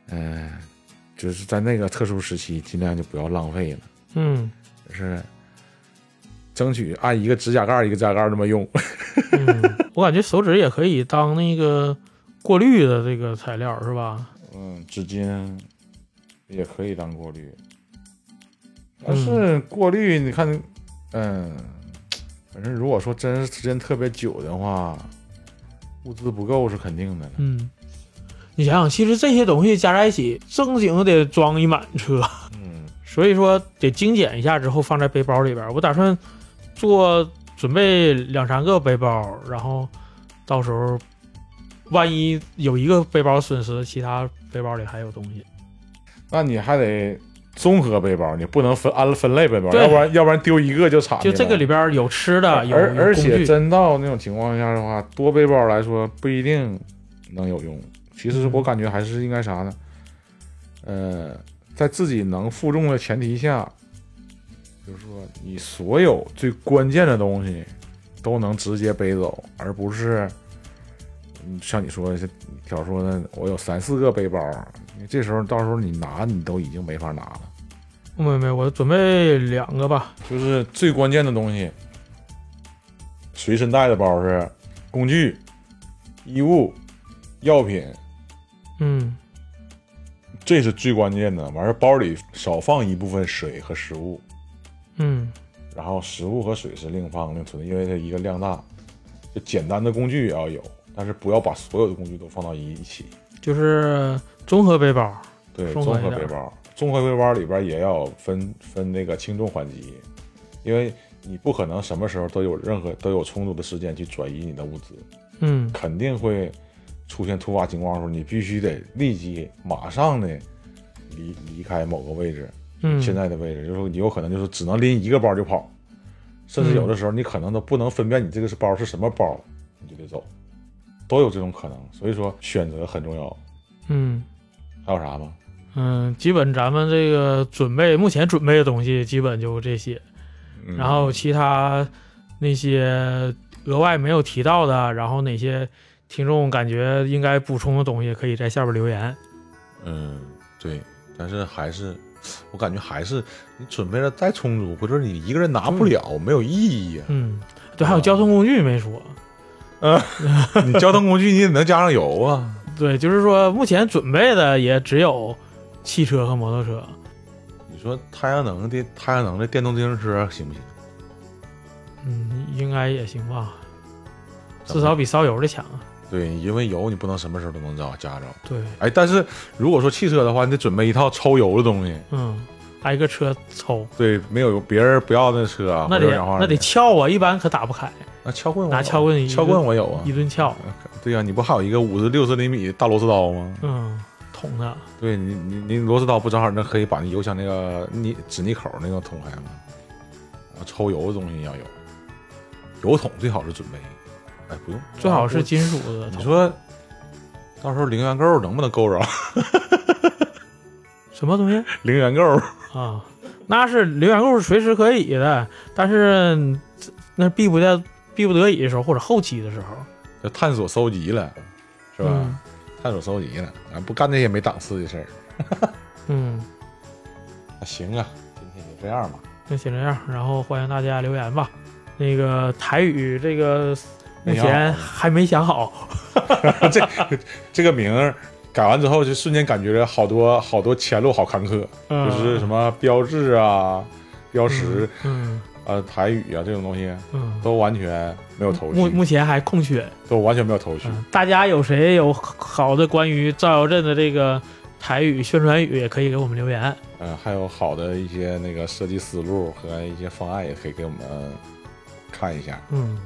嗯、就是在那个特殊时期尽量就不要浪费了。嗯就是争取按一个指甲盖儿一个指甲盖儿那么用。嗯， 我感觉手指也可以当那个过滤的这个材料是吧？嗯，纸巾也可以当过滤，嗯但是过滤你看，嗯，反正如果说真是时间特别久的话，物资不够是肯定的了。嗯，你想想，其实这些东西加在一起，正经得装一满车， 嗯，所以说得精简一下之后放在背包里边儿。我打算做准备两三个背包，然后到时候万一有一个背包损失，其他背包里还有东西。那你还得。综合背包，你不能分按分类背包，对要不然要不然丢一个就惨。就这个里边儿有吃的，有哎而有而工且具，真到那种情况下的话，多背包来说不一定能有用。其实嗯我感觉还是应该啥呢？呃，在自己能负重的前提下，就是说你所有最关键的东西都能直接背走，而不是嗯像你说的条说的，我有三四个背包，你这时候到时候你拿你都已经没法拿了。没没，我准备两个吧。就是最关键的东西，随身带的包是工具、衣物、药品，嗯这是最关键的。完事儿包里少放一部分水和食物，嗯然后食物和水是另放另存，因为它一个量大。就简单的工具也要有，但是不要把所有的工具都放到一一起。，就是综合背包。对，综综合一合点背包，综合背包里边也要分分那个轻重缓急，因为你不可能什么时候都有任何都有充足的时间去转移你的物资。嗯肯定会出现突发情况的时候，你必须得立即马上的离离开某个位置，嗯，现在的位置，就是说你有可能就是只能拎一个包就跑，甚至有的时候你可能都不能分辨你这个是包是什么包，你就得走，都有这种可能。所以说选择很重要。嗯。还有啥吗？嗯，基本咱们这个准备，目前准备的东西基本就这些，嗯然后其他那些额外没有提到的，然后哪些听众感觉应该补充的东西，可以在下边留言。嗯，对，但是还是。我感觉还是你准备的再充足，或者你一个人拿不了，没有意义啊 呀、嗯，对，还有交通工具没说，你交通工具你也能加上油啊。对，就是说目前准备的也只有汽车和摩托车，你说太阳能的太阳能的电动自行车行不行？嗯，应该也行吧。咱至们少比烧油的强啊。对，因为油你不能什么时候都能找加着。对，哎，但是如果说汽车的话，你得准备一套抽油的东西。嗯，挨个车抽，对，没有别人不要那车啊，那或者得氧化那得铝撬啊，一般可打不开，那撬棍我有，啊拿撬棍一撬棍我有啊一。顿撬，对啊呀、你不还有一个五十六十厘米大螺丝刀吗？嗯，捅他。对你你你螺丝刀不正好那可以把那油箱那个你纸泥口那个捅开吗？我抽油的东西要有，油桶最好是准备，哎不用，最好是我金属的你桶，说到时候零元购能不能够着？ 什么东西零元购啊？那是零元购是随时可以的，但是嗯那必不得必不得已的时候，或者后期的时候，就探索收集了，是吧？嗯探索收集了，俺不干这些没档次的事儿。嗯，那行啊，今天就这样吧。那先这样，然后欢迎大家留言吧。那个台语这个目前还没想好， 这这个名儿改完之后，就瞬间感觉好多好多前路好坎坷，嗯就是什么标志啊、标识嗯啊、台语啊这种东西，嗯，都完全没有头目绪，目前还空缺。都完全没有头绪。嗯，大家有谁有好的关于造谣镇的这个台语宣传语，也可以给我们留言。嗯、还有好的一些那个设计思路和一些方案，也可以给我们看一下。嗯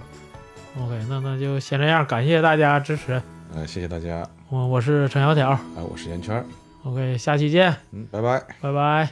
，OK，那那就先这样，感谢大家支持。嗯、谢谢大家。我我是陈小条哎，我是圆圈儿， ，OK，下期见，嗯，拜拜。拜拜。